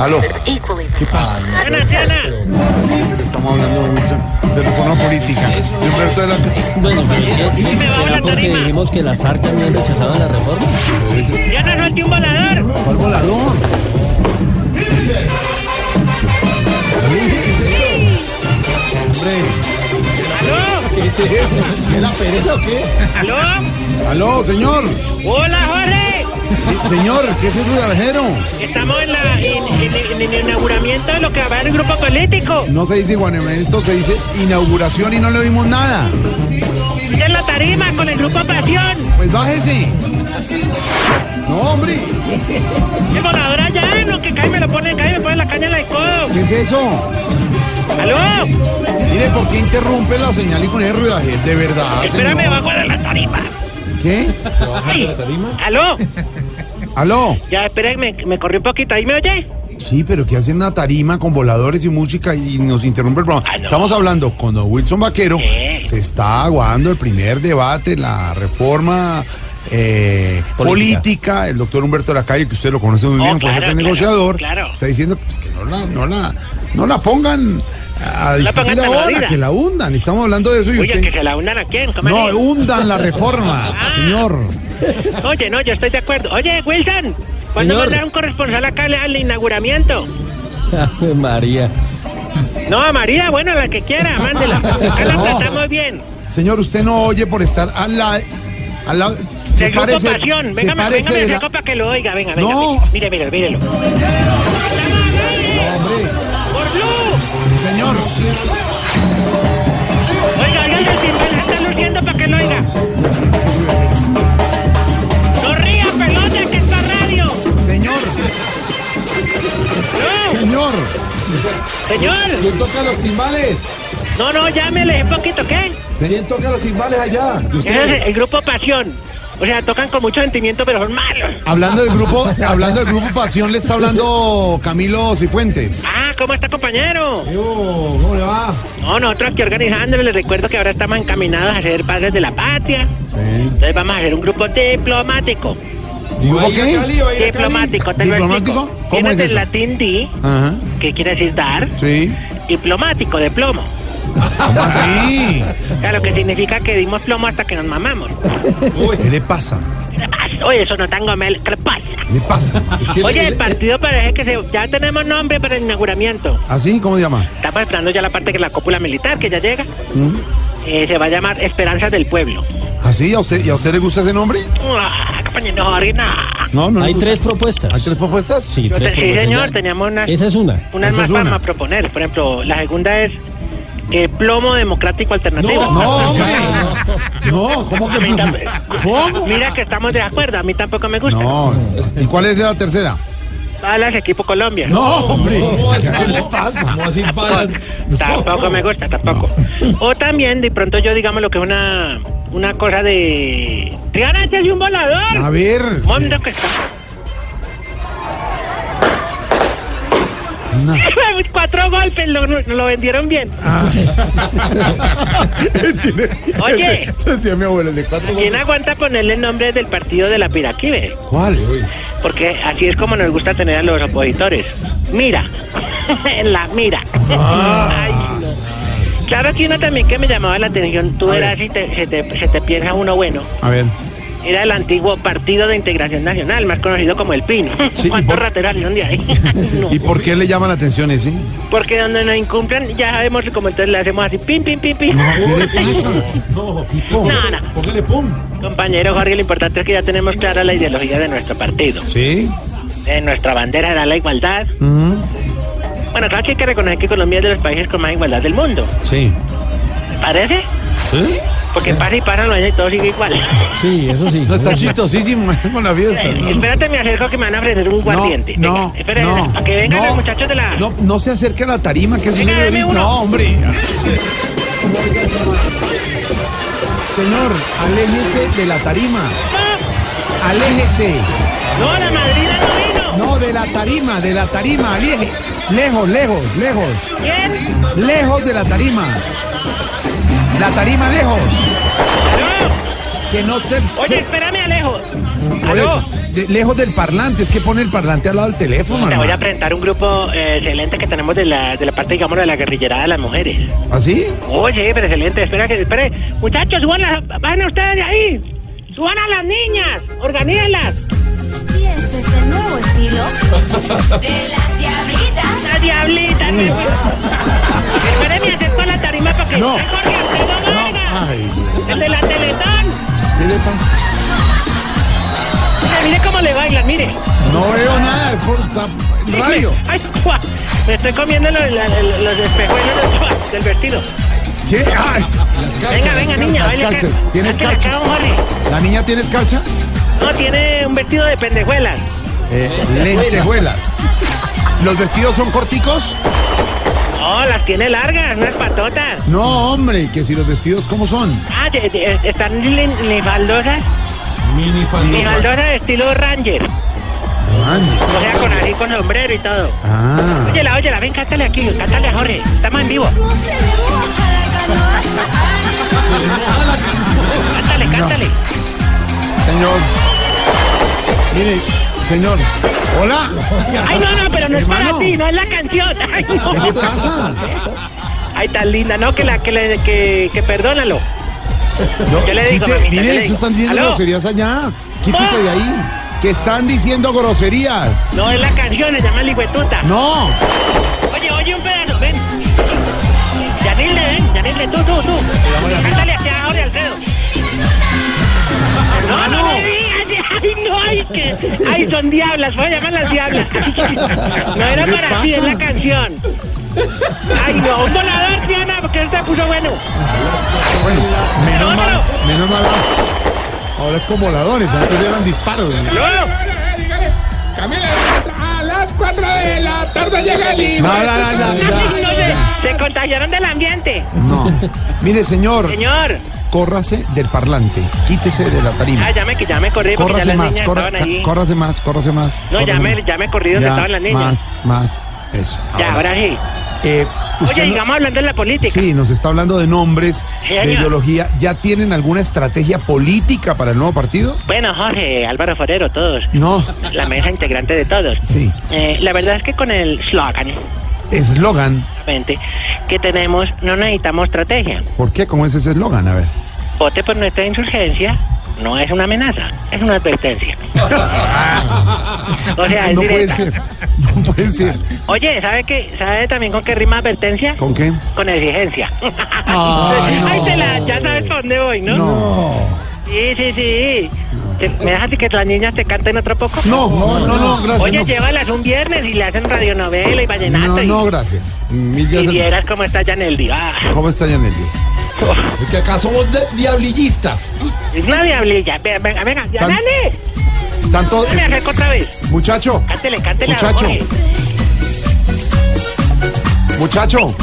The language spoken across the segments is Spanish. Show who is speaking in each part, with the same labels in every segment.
Speaker 1: Aló. ¿Qué pasa?
Speaker 2: Diana, Diana.
Speaker 1: Estamos hablando de Wilson, de reforma política. De Humberto de la
Speaker 3: Bueno, pero ¿qué-
Speaker 2: Me bajo
Speaker 3: ¿será
Speaker 2: la
Speaker 3: porque
Speaker 2: tarima.
Speaker 3: dijimos que la FARC también rechazaba la reforma?
Speaker 2: Diana, suelte un volador.
Speaker 1: ¿Cuál volador? Uy, ¿Qué es esto? Hombre,
Speaker 2: ¿Aló?
Speaker 3: ¿Qué es eso?
Speaker 1: ¿qué era pereza o qué?
Speaker 2: ¿Aló?
Speaker 1: Aló, señor.
Speaker 2: Hola, Jorge.
Speaker 1: Eh, Señor, ¿qué es ese arjero?
Speaker 2: Estamos en, la, en, en- en el inauguramiento de lo que va a haber el grupo político.
Speaker 1: No se dice guanemento, se dice inauguración y no le oímos nada.
Speaker 2: Estoy en la tarima con el grupo Pasión.
Speaker 1: Pues bájese. No, hombre.
Speaker 2: El volador allá, no, que cae, me lo pone, cae, me pone la caña en la escoba.
Speaker 1: ¿Qué es eso?
Speaker 2: ¿Aló?
Speaker 1: Mire, ¿por qué interrumpe la señal y con ese ruidaje? De verdad,
Speaker 2: Espérame,
Speaker 1: señor.
Speaker 2: bajo de la tarima.
Speaker 1: ¿Qué?
Speaker 2: Ay, ¿Aló?
Speaker 1: ¿Aló?
Speaker 2: Ya, espera, me, me corrí un poquito. ¿Ahí me oye?
Speaker 1: Sí, pero que hacen una tarima con voladores y música y nos interrumpe el programa.
Speaker 2: Ah, no.
Speaker 1: Estamos hablando con don Wilson Vaquero.
Speaker 2: Sí.
Speaker 1: Se está aguando el primer debate, la reforma eh, política.
Speaker 3: Política.
Speaker 1: El doctor Humberto Lacalle, que usted lo conoce muy
Speaker 2: Oh,
Speaker 1: bien, fue
Speaker 2: claro,
Speaker 1: jefe
Speaker 2: claro,
Speaker 1: negociador,
Speaker 2: claro.
Speaker 1: está diciendo pues, que no la, no la, no la pongan a discutir
Speaker 2: pongan tan
Speaker 1: ahora,
Speaker 2: ardida.
Speaker 1: que la hundan. Estamos hablando de eso y
Speaker 2: Oye, que
Speaker 1: usted...
Speaker 2: se Ah. la unan a quién, ¿Cómo
Speaker 1: No,
Speaker 2: así?
Speaker 1: hundan la reforma, señor.
Speaker 2: Oye, no, yo estoy de acuerdo. Oye, Wilson, ¿cuándo
Speaker 3: Señor.
Speaker 2: mandaron un corresponsal acá al- al inauguramiento?
Speaker 3: Ave María.
Speaker 2: No, a María, bueno, la que quiera, mándela. Acá la
Speaker 1: No.
Speaker 2: tratamos bien.
Speaker 1: Señor, usted no oye por estar al lado... Al lado
Speaker 2: Se grupo
Speaker 1: parece-
Speaker 2: pasión.
Speaker 1: se
Speaker 2: Véngame,
Speaker 1: parece
Speaker 2: véngame
Speaker 1: de
Speaker 2: de
Speaker 1: la-
Speaker 2: saco para que lo oiga. Venga, venga.
Speaker 1: No.
Speaker 2: venga. Mire, mire, mírelo.
Speaker 1: Hombre.
Speaker 2: ¡Por Blue!
Speaker 1: Señor,
Speaker 2: Oiga, oiga, el cinturón está luciendo para que lo oiga. ¡No ría, pelota, que es para radio!
Speaker 1: señor,
Speaker 2: ¡No!
Speaker 1: señor.
Speaker 2: ¡Señor!
Speaker 1: ¿Quién toca los timbales?
Speaker 2: No, no, llámele un poquito, ¿qué?
Speaker 1: ¿Quién toca los timbales allá? ¿De
Speaker 2: Ese
Speaker 1: ustedes?
Speaker 2: es el grupo Pasión. O sea, tocan con mucho sentimiento, pero son malos.
Speaker 1: Hablando del grupo, hablando del grupo Pasión, le está hablando Camilo Cifuentes.
Speaker 2: Ah, ¿cómo está, compañero?
Speaker 1: ¿Cómo le va?
Speaker 2: No, nosotros aquí organizándole, les recuerdo que ahora estamos encaminados a ser padres de la patria.
Speaker 1: Sí.
Speaker 2: Entonces vamos a hacer un grupo diplomático.
Speaker 1: ¿Digo qué?
Speaker 2: Diplomático, te lo
Speaker 1: ¿Diplomático?
Speaker 2: explico.
Speaker 1: ¿Cómo
Speaker 2: Viene
Speaker 1: es
Speaker 2: del
Speaker 1: eso?
Speaker 2: latín di,
Speaker 1: Ajá.
Speaker 2: que quiere decir dar,
Speaker 1: Sí.
Speaker 2: diplomático, de plomo.
Speaker 1: ¿Cómo así?
Speaker 2: Claro, que significa que dimos plomo hasta que nos mamamos.
Speaker 1: ¿Qué le pasa?
Speaker 2: Ah, Oye, eso no tan gomel, ¿qué pasa?
Speaker 1: ¿Qué le pasa? Eh,
Speaker 2: Oye, el partido parece que se- ya tenemos nombre para el inauguramiento.
Speaker 1: ¿Así? ¿Cómo se llama?
Speaker 2: Estamos esperando ya la parte que la cópula militar, que ya llega.
Speaker 1: ¿Mm?
Speaker 2: Eh, se va a llamar Esperanzas del Pueblo.
Speaker 1: ¿Así? ¿A usted, ¿Y a usted le gusta ese nombre?
Speaker 2: Ah, compañero Jorge, no.
Speaker 1: No, no. le
Speaker 3: Hay
Speaker 1: gusta.
Speaker 3: tres propuestas.
Speaker 1: ¿Hay tres propuestas?
Speaker 3: Sí,
Speaker 2: Yo
Speaker 3: tres
Speaker 2: te- sí,
Speaker 3: propuestas.
Speaker 2: señor,
Speaker 3: Ya-
Speaker 2: teníamos una-
Speaker 3: Esa es una.
Speaker 2: Una
Speaker 1: Esa
Speaker 2: más
Speaker 1: es una.
Speaker 2: para proponer. Por ejemplo, la segunda es eh, Plomo Democrático Alternativo.
Speaker 1: No, no, hombre. No, ¿cómo que no? ¿Cómo?
Speaker 2: Mira que estamos de acuerdo, a mí tampoco me gusta.
Speaker 1: No. ¿Y cuál es la tercera?
Speaker 2: Balas Equipo Colombia.
Speaker 1: No, hombre. ¿Qué le pasa?
Speaker 2: Tampoco me gusta, tampoco. O también, de pronto yo digamos lo que es una, una cosa de... ¡Diana, este es un volador!
Speaker 1: A ver.
Speaker 2: Mondo que está.
Speaker 1: No.
Speaker 2: Cuatro golpes, lo, lo vendieron bien. Oye.
Speaker 1: Eso decía mi abuelo, el de cuatro
Speaker 2: ¿Quién aguanta ponerle el nombre del partido de la piraquive?
Speaker 1: ¿Cuál?
Speaker 2: Porque así es como nos gusta tener a los opositores. Mira, en la mira.
Speaker 1: Ah.
Speaker 2: Ay, no. Claro que uno también que me llamaba la atención, tú
Speaker 1: A
Speaker 2: eras
Speaker 1: ver.
Speaker 2: y te, se, te, se te piensa uno bueno,
Speaker 1: A ver.
Speaker 2: era el antiguo Partido de Integración Nacional, más conocido como el PIN.
Speaker 1: Sí, y
Speaker 2: ¿Cuántos
Speaker 1: por-
Speaker 2: rateros salieron de ahí? No.
Speaker 1: ¿Y por qué le llama la atención ese?
Speaker 2: Porque donde nos incumplan, ya sabemos cómo entonces le hacemos así, pim, pim, pim, pim.
Speaker 1: ¿Qué le pasa? No, tipo.
Speaker 2: No, no.
Speaker 1: Póngale pum.
Speaker 2: Compañero Jorge, lo importante es que ya tenemos clara la ideología de nuestro partido.
Speaker 1: ¿Sí?
Speaker 2: Eh, nuestra bandera era la igualdad. Bueno, claro que hay que reconocer que Colombia es de los países con más igualdad del mundo.
Speaker 1: Sí.
Speaker 2: ¿Parece?
Speaker 1: ¿Sí?
Speaker 2: Porque pasa y pasa, lo y todo sigue igual.
Speaker 3: Sí, eso sí.
Speaker 1: No está chistosísimo con la fiesta.
Speaker 2: Espérate, me acerco que me van a ofrecer un guardiente.
Speaker 1: no,
Speaker 2: Venga, espera,
Speaker 1: no,
Speaker 2: espera, a que vengan
Speaker 1: no.
Speaker 2: los muchachos de la...
Speaker 1: No, no se acerque a la tarima, que eso
Speaker 2: Venga,
Speaker 1: se le-
Speaker 2: deme uno.
Speaker 1: No, hombre. Señor, aléjese de la tarima. Aléjese.
Speaker 2: No, la madrina no vino.
Speaker 1: No, de la tarima, de la tarima, aléjese. Lejos, lejos, lejos.
Speaker 2: ¿Quién?
Speaker 1: Lejos de la tarima. La tarima lejos.
Speaker 2: No.
Speaker 1: Que no te.
Speaker 2: Oye,
Speaker 1: se-
Speaker 2: espérame, Alejo.
Speaker 1: por
Speaker 2: Aló.
Speaker 1: eso, de- lejos del parlante, es que pone el parlante al lado del teléfono.
Speaker 2: Te voy a
Speaker 1: hermano.
Speaker 2: presentar un grupo eh, excelente que tenemos de la, de la parte, digamos, de la guerrillerada de las mujeres.
Speaker 1: ¿Así?
Speaker 2: Oye, pero excelente, espera que, espere. Muchachos, suban las, vayan ustedes de ahí. Suban a las niñas, organícenlas.
Speaker 4: Y este es el nuevo estilo de las diablitas.
Speaker 2: La diablita, ni- Espere, me acerco a la tarima para que...
Speaker 1: No.
Speaker 2: ¡Ay, Jorge Alfredo Vargas!
Speaker 1: Ay,
Speaker 2: El de la Teletón.
Speaker 1: ¿qué le pasa?
Speaker 2: Mire, mire cómo le bailan, mire.
Speaker 1: No veo nada, por está en radio.
Speaker 2: Ay, ¡fua! Me estoy comiendo los, la- la- los espejuelos del, ¡fua! del vestido.
Speaker 1: ¿Qué? Ay, las calchas,
Speaker 2: Venga,
Speaker 1: las
Speaker 2: venga,
Speaker 1: calchas,
Speaker 2: niña,
Speaker 1: las
Speaker 2: baile acá.
Speaker 1: calchas. ¿Tienes
Speaker 2: Es que le
Speaker 1: calcha?
Speaker 2: acaba un Jorge.
Speaker 1: ¿La niña tienes calcha?
Speaker 2: No, tiene un vestido de pendejuelas.
Speaker 1: Eh, lentejuelas. ¿Los vestidos son corticos?
Speaker 2: No, las tiene largas, unas patotas.
Speaker 1: No, hombre, que si los vestidos, ¿cómo son?
Speaker 2: Ah, de- de- están li- libaldosas,
Speaker 1: Mini
Speaker 2: libaldosas de estilo Ranger. O sea, con así, con sombrero y todo.
Speaker 1: Ah,
Speaker 2: Óyela, óyela, ven, cántale aquí, cántale a Jorge. Estamos en vivo.
Speaker 4: No se le moja la canoa.
Speaker 2: Cántale, cántale.
Speaker 1: señor. Mire, señor. Hola.
Speaker 2: Ay, no, no, pero no es para
Speaker 1: Hermano.
Speaker 2: ti, no es la canción. Ay, no.
Speaker 1: ¿Qué le pasa?
Speaker 2: Ay, tan linda, no, que la, que le, que, que perdónalo. Yo le digo,
Speaker 1: Quite-
Speaker 2: mamita, yo
Speaker 1: mire,
Speaker 2: le
Speaker 1: eso
Speaker 2: digo.
Speaker 1: están diciendo
Speaker 2: ¿Aló? Ah.
Speaker 1: groserías allá. Quítese de ahí. Que están diciendo groserías.
Speaker 2: No es la canción, se llama Ligüetuta.
Speaker 1: No.
Speaker 2: Oye, oye, un pedazo, ven. Yanilde, ven, Yanilde, tú, tú, tú. Cántale hacia Jorge Alfredo. No, no, no, ay, no, ay, que, ay, son diablas, voy a llamar las diablas. No era
Speaker 1: ¿Qué
Speaker 2: para ti, es
Speaker 1: pasa?
Speaker 2: la canción. Ay, no, un volador, Diana, porque eso te puso bueno.
Speaker 1: Bueno, menos
Speaker 2: No,
Speaker 1: mal,
Speaker 2: no.
Speaker 1: menos mal. ah, Ahora es con voladores, antes eran disparos.
Speaker 2: No,
Speaker 5: Camila, a las 4 de la tarde llega el hijo.
Speaker 1: No, no, no, no,
Speaker 2: ay, no,
Speaker 1: ya,
Speaker 2: se,
Speaker 1: ya.
Speaker 2: se contagiaron del ambiente.
Speaker 1: No. Mire, señor,
Speaker 2: Señor,
Speaker 1: córrase del parlante, quítese de la tarima.
Speaker 2: ah, ya me, ya me corrí porque ya
Speaker 1: Córrase
Speaker 2: las
Speaker 1: más,
Speaker 2: niñas
Speaker 1: corra-
Speaker 2: estaban ahí.
Speaker 1: córrase más, córrase más.
Speaker 2: No, ya
Speaker 1: córrase
Speaker 2: me,
Speaker 1: más.
Speaker 2: ya me corrí donde
Speaker 1: Ya,
Speaker 2: estaban las niñas.
Speaker 1: Más, más, eso.
Speaker 2: ya, ahora sí.
Speaker 1: Eh, usted
Speaker 2: Oye,
Speaker 1: no-
Speaker 2: digamos hablando de la política.
Speaker 1: Sí, nos está hablando de nombres,
Speaker 2: Sí,
Speaker 1: de
Speaker 2: señor.
Speaker 1: ideología. ¿Ya tienen alguna estrategia política para el nuevo partido?
Speaker 2: Bueno, Jorge, Álvaro Forero, todos.
Speaker 1: No,
Speaker 2: La mesa integrante de todos.
Speaker 1: sí.
Speaker 2: Eh, la verdad es que con el slogan
Speaker 1: Eslogan.
Speaker 2: obviamente, que tenemos, no necesitamos estrategia.
Speaker 1: ¿Por qué? ¿Cómo es ese eslogan? A ver.
Speaker 2: Vote por nuestra insurgencia no es una amenaza, es una advertencia. o sea, es
Speaker 1: No puede
Speaker 2: directa.
Speaker 1: ser. No puede ser.
Speaker 2: Oye, ¿sabe, qué, ¿sabe también con qué rima advertencia?
Speaker 1: ¿Con qué?
Speaker 2: Con exigencia.
Speaker 1: Ay, no.
Speaker 2: Ay, te la, ya sabes por dónde voy, ¿no?
Speaker 1: No.
Speaker 2: Sí, sí, sí. ¿Te- ¿Me dejas que las niñas te canten otro poco?
Speaker 1: No, no, no, no, gracias.
Speaker 2: Oye,
Speaker 1: no.
Speaker 2: llévalas un viernes y le hacen radionovela y vallenato.
Speaker 1: No,
Speaker 2: y,
Speaker 1: no, gracias. Mil
Speaker 2: y
Speaker 1: gracias.
Speaker 2: vieras cómo está Yaneldi. Ah,
Speaker 1: ¿Cómo está Yanelli?
Speaker 6: ¿Que acaso vos de- diablillistas?
Speaker 2: es una diablilla. Venga, venga, venga. Yaneli,
Speaker 1: Tanto.
Speaker 2: me acerco otra vez.
Speaker 1: Muchacho,
Speaker 2: Cántele, cántele
Speaker 1: Muchacho.
Speaker 2: a Jorge.
Speaker 1: muchacho.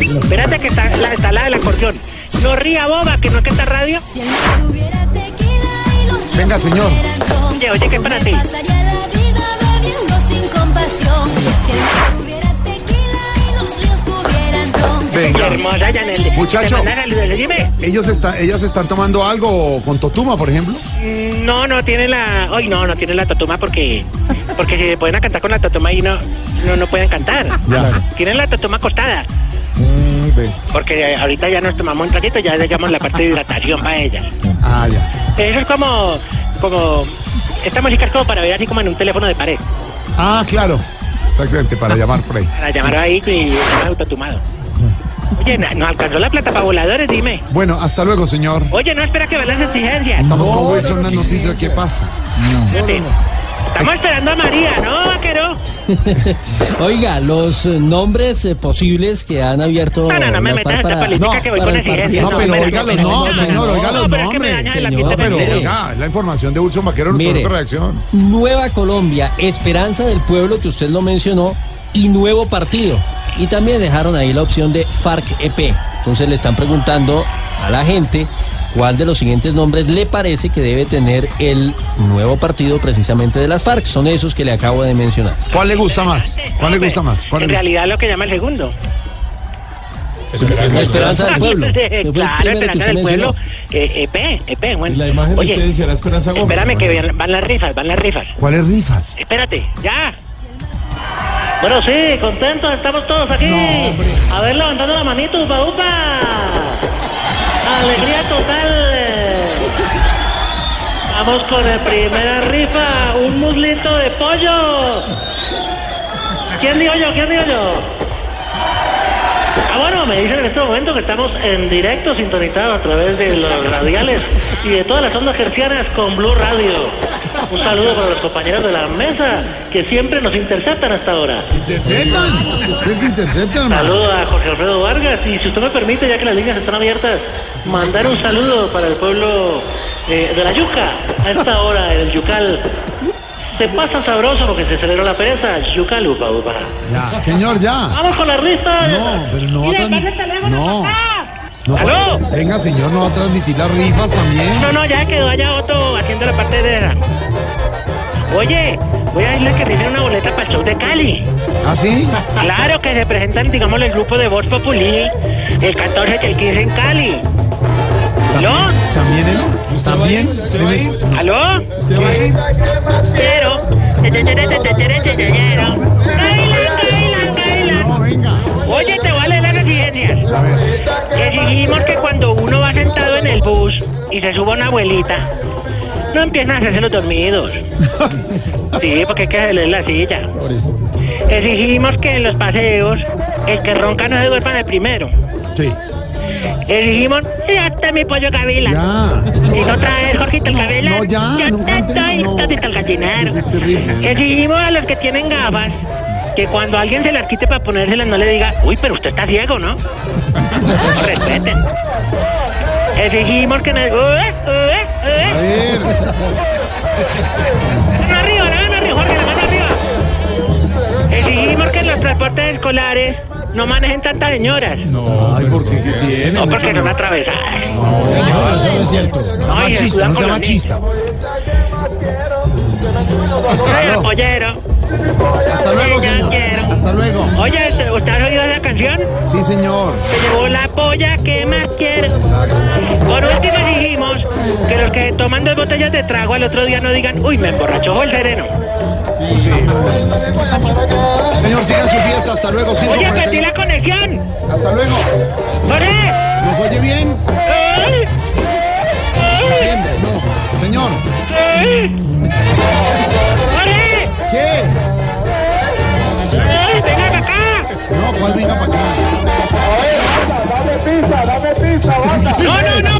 Speaker 2: Espérate que está la, está la del acordeón. No ría, boba, que no es que está radio.
Speaker 4: Si alguien tuviera tequila y los
Speaker 1: Venga,
Speaker 4: labios
Speaker 1: señor.
Speaker 4: fueran tontos,
Speaker 2: Oye, oye, ¿qué es para
Speaker 4: me
Speaker 2: ti?
Speaker 4: Pasaría la vida bebiendo sin compasión. Si alguien tuviera tequila y los ríos tuvieran ron.
Speaker 2: Qué
Speaker 1: Venga.
Speaker 2: hermosa, Yaneldi.
Speaker 1: Muchacho.
Speaker 2: Te mandan saludos, dime.
Speaker 1: Ellos está, ellas están tomando algo con Totuma, por ejemplo.
Speaker 2: Mm, No, no tiene la. Hoy no, no tiene la tatuma porque. Porque si se pueden a cantar con la tatuma y no, no, no pueden cantar.
Speaker 1: Ya.
Speaker 2: Tienen la tatuma acostada.
Speaker 1: Mm, ve.
Speaker 2: Porque eh, ahorita ya nos tomamos un traguito, ya llegamos la parte de hidratación para ellas.
Speaker 1: Ah, ya.
Speaker 2: Eh, Eso es como, como, esta música es como para ver así como en un teléfono de pared,
Speaker 1: Ah, claro. Exactamente,
Speaker 2: Ah.
Speaker 1: para llamar por ahí.
Speaker 2: para llamar ahí y estar autotumado. Oye, na- nos alcanzó la plata para voladores, dime.
Speaker 1: Bueno, hasta luego, señor.
Speaker 2: Oye, no, espera que vean las exigencias.
Speaker 1: Estamos con
Speaker 6: No,
Speaker 1: Wilson,
Speaker 6: no,
Speaker 1: una
Speaker 6: no,
Speaker 1: noticia,
Speaker 6: no,
Speaker 1: ¿qué
Speaker 6: no.
Speaker 1: pasa?
Speaker 2: Espérate. Estamos esperando a María, ¿no, vaquero?
Speaker 3: Oiga, los eh, nombres eh, posibles que han abierto
Speaker 2: No, no, no me
Speaker 3: las
Speaker 2: metas
Speaker 3: par
Speaker 2: en esta
Speaker 3: para-
Speaker 2: política que voy
Speaker 3: para
Speaker 2: con
Speaker 3: el partido.
Speaker 2: exigencias.
Speaker 1: No, pero
Speaker 2: espere,
Speaker 1: óigalos,
Speaker 2: espere,
Speaker 1: no,
Speaker 2: espere,
Speaker 1: señor, óigalos,
Speaker 2: pero es
Speaker 1: no,
Speaker 2: que me
Speaker 1: hombre,
Speaker 2: daña de la
Speaker 3: señor,
Speaker 2: quinta
Speaker 1: Pero
Speaker 3: Mire.
Speaker 2: pendejo.
Speaker 1: oiga, es la información de Wilson Vaquero, nuestro
Speaker 3: Mire,
Speaker 1: doctor de reacción.
Speaker 3: Nueva Colombia, Esperanza del Pueblo, que usted lo mencionó, y Nuevo Partido. Y también dejaron ahí la opción de FARC-EP. E Entonces le están preguntando a la gente cuál de los siguientes nombres le parece que debe tener el nuevo partido precisamente de las FARC. Son esos que le acabo de mencionar.
Speaker 1: ¿Cuál le gusta más? ¿Cuál le
Speaker 2: Hombre,
Speaker 1: gusta más? ¿Cuál
Speaker 2: En
Speaker 1: le gusta?
Speaker 2: realidad lo que llama el segundo.
Speaker 3: La Esperanza del Pueblo. que fue el
Speaker 2: claro,
Speaker 3: primero que
Speaker 2: Esperanza
Speaker 3: usted
Speaker 2: del Pueblo.
Speaker 3: mencionó.
Speaker 2: eh, EP, EP, bueno.
Speaker 6: La imagen de
Speaker 2: Oye,
Speaker 6: ustedes será Esperanza Gómez.
Speaker 2: espérame que vean- van las rifas, van las rifas.
Speaker 1: ¿Cuáles rifas?
Speaker 2: Espérate, ya. Bueno, sí, contentos estamos todos aquí. a ver, levantando la manito, upa, upa. Alegría total. Vamos con la primera rifa, un muslito de pollo. ¿Quién digo yo? ¿Quién digo yo? Ah, bueno, me dicen en este momento que estamos en directo sintonizados a través de los radiales y de todas las ondas hercianas con Blue Radio. Un saludo para los compañeros de la mesa que siempre nos interceptan hasta ahora.
Speaker 1: ¿Interceptan? ¿Ustedes que interceptan, hermano?
Speaker 2: Saludo a Jorge Alfredo Vargas y si usted me permite, ya que las líneas están abiertas, mandar un saludo para el pueblo eh, de la Yuca a esta hora en el Yucal. Se pasa sabroso porque se celebró la pereza, Yucal, upa, upa.
Speaker 1: Ya, señor, ya.
Speaker 2: ¡Vamos con la risa!
Speaker 1: No, pero no va a
Speaker 2: Mire, pase el
Speaker 1: transmitir.
Speaker 2: teléfono,
Speaker 1: No.
Speaker 2: papá.
Speaker 1: No,
Speaker 2: ¡Aló!
Speaker 1: Venga, señor, no va a transmitir las rifas también.
Speaker 2: No, no, ya quedó allá Otto haciendo la parte de la... Oye, voy a decirle que tiene una boleta para el show de Cali.
Speaker 1: ¿Ah, sí?
Speaker 2: Claro que se presentan, digamos, el grupo de Voz Populi el 14 y el 15 en Cali. ¿Aló?
Speaker 1: ¿También? ¿También él? ¿También?
Speaker 6: ¿Usted va a ir?
Speaker 2: ¿Aló?
Speaker 6: ¿Usted va a ir?
Speaker 2: Pero... Baila, baila, baila.
Speaker 1: No, venga.
Speaker 2: Oye, te voy a leer las exigencias.
Speaker 1: A ver.
Speaker 2: Exigimos que cuando uno va sentado en el bus y se suba una abuelita, no empiezan a hacerse los dormidos. Sí, porque hay que hacerle la silla. Exigimos que en los paseos el que ronca no se duerma de primero.
Speaker 1: Sí.
Speaker 2: Exigimos, ya está mi pollo Gavila.
Speaker 1: Ya.
Speaker 2: Y no traes, Jorgito el Gavila.
Speaker 1: no, ya,
Speaker 2: Yo
Speaker 1: no
Speaker 2: te
Speaker 1: canten,
Speaker 2: estoy,
Speaker 1: no.
Speaker 2: Jorgito el gallinero.
Speaker 1: Es terrible.
Speaker 2: Exigimos a los que tienen gafas que cuando alguien se las quite para ponérselas no le diga, uy, pero usted está ciego, ¿no? Respeten. Exigimos que no... ¡Ué, ué,
Speaker 1: A
Speaker 2: ué!
Speaker 1: ver.
Speaker 2: ¡Mano arriba, la mano arriba, Jorge, la mano arriba! Exigimos que en los transportes escolares no manejen tantas señoras.
Speaker 1: No, ay, ¿por qué? ¿Qué tiene?
Speaker 2: No, porque
Speaker 1: mucho?
Speaker 2: son atravesadas.
Speaker 6: No, eso no es cierto.
Speaker 1: No,
Speaker 2: Ay,
Speaker 1: machista,
Speaker 2: ayudan
Speaker 1: no
Speaker 2: con
Speaker 1: sea
Speaker 2: los
Speaker 1: machista.
Speaker 2: Oye,
Speaker 1: Aló.
Speaker 2: pollero.
Speaker 1: Hasta luego,
Speaker 2: Ay, ya
Speaker 1: señor.
Speaker 2: quiero.
Speaker 1: Hasta luego.
Speaker 2: Oye, ¿usted- ¿usted ha oído esa canción?
Speaker 1: Sí, señor.
Speaker 2: Se llevó la polla, ¿qué más quiero? Por último dijimos que los que toman dos botellas de trago al otro día no digan, uy, me emborrachó el sereno.
Speaker 1: Señor, sigan su fiesta. Hasta luego. cinco
Speaker 2: Oye,
Speaker 1: cuarenta y-
Speaker 2: perdí la conexión.
Speaker 1: Hasta luego.
Speaker 2: ¡Jorge!
Speaker 1: ¿Nos oye bien?
Speaker 2: ¡Ay! ¡Ay!
Speaker 1: No. Señor.
Speaker 2: ¡Ay! ¡Jorge!
Speaker 1: ¿Qué?
Speaker 2: ¡Ay, vengan acá!
Speaker 1: No, ¿cuál venga para acá?
Speaker 2: No, no, no,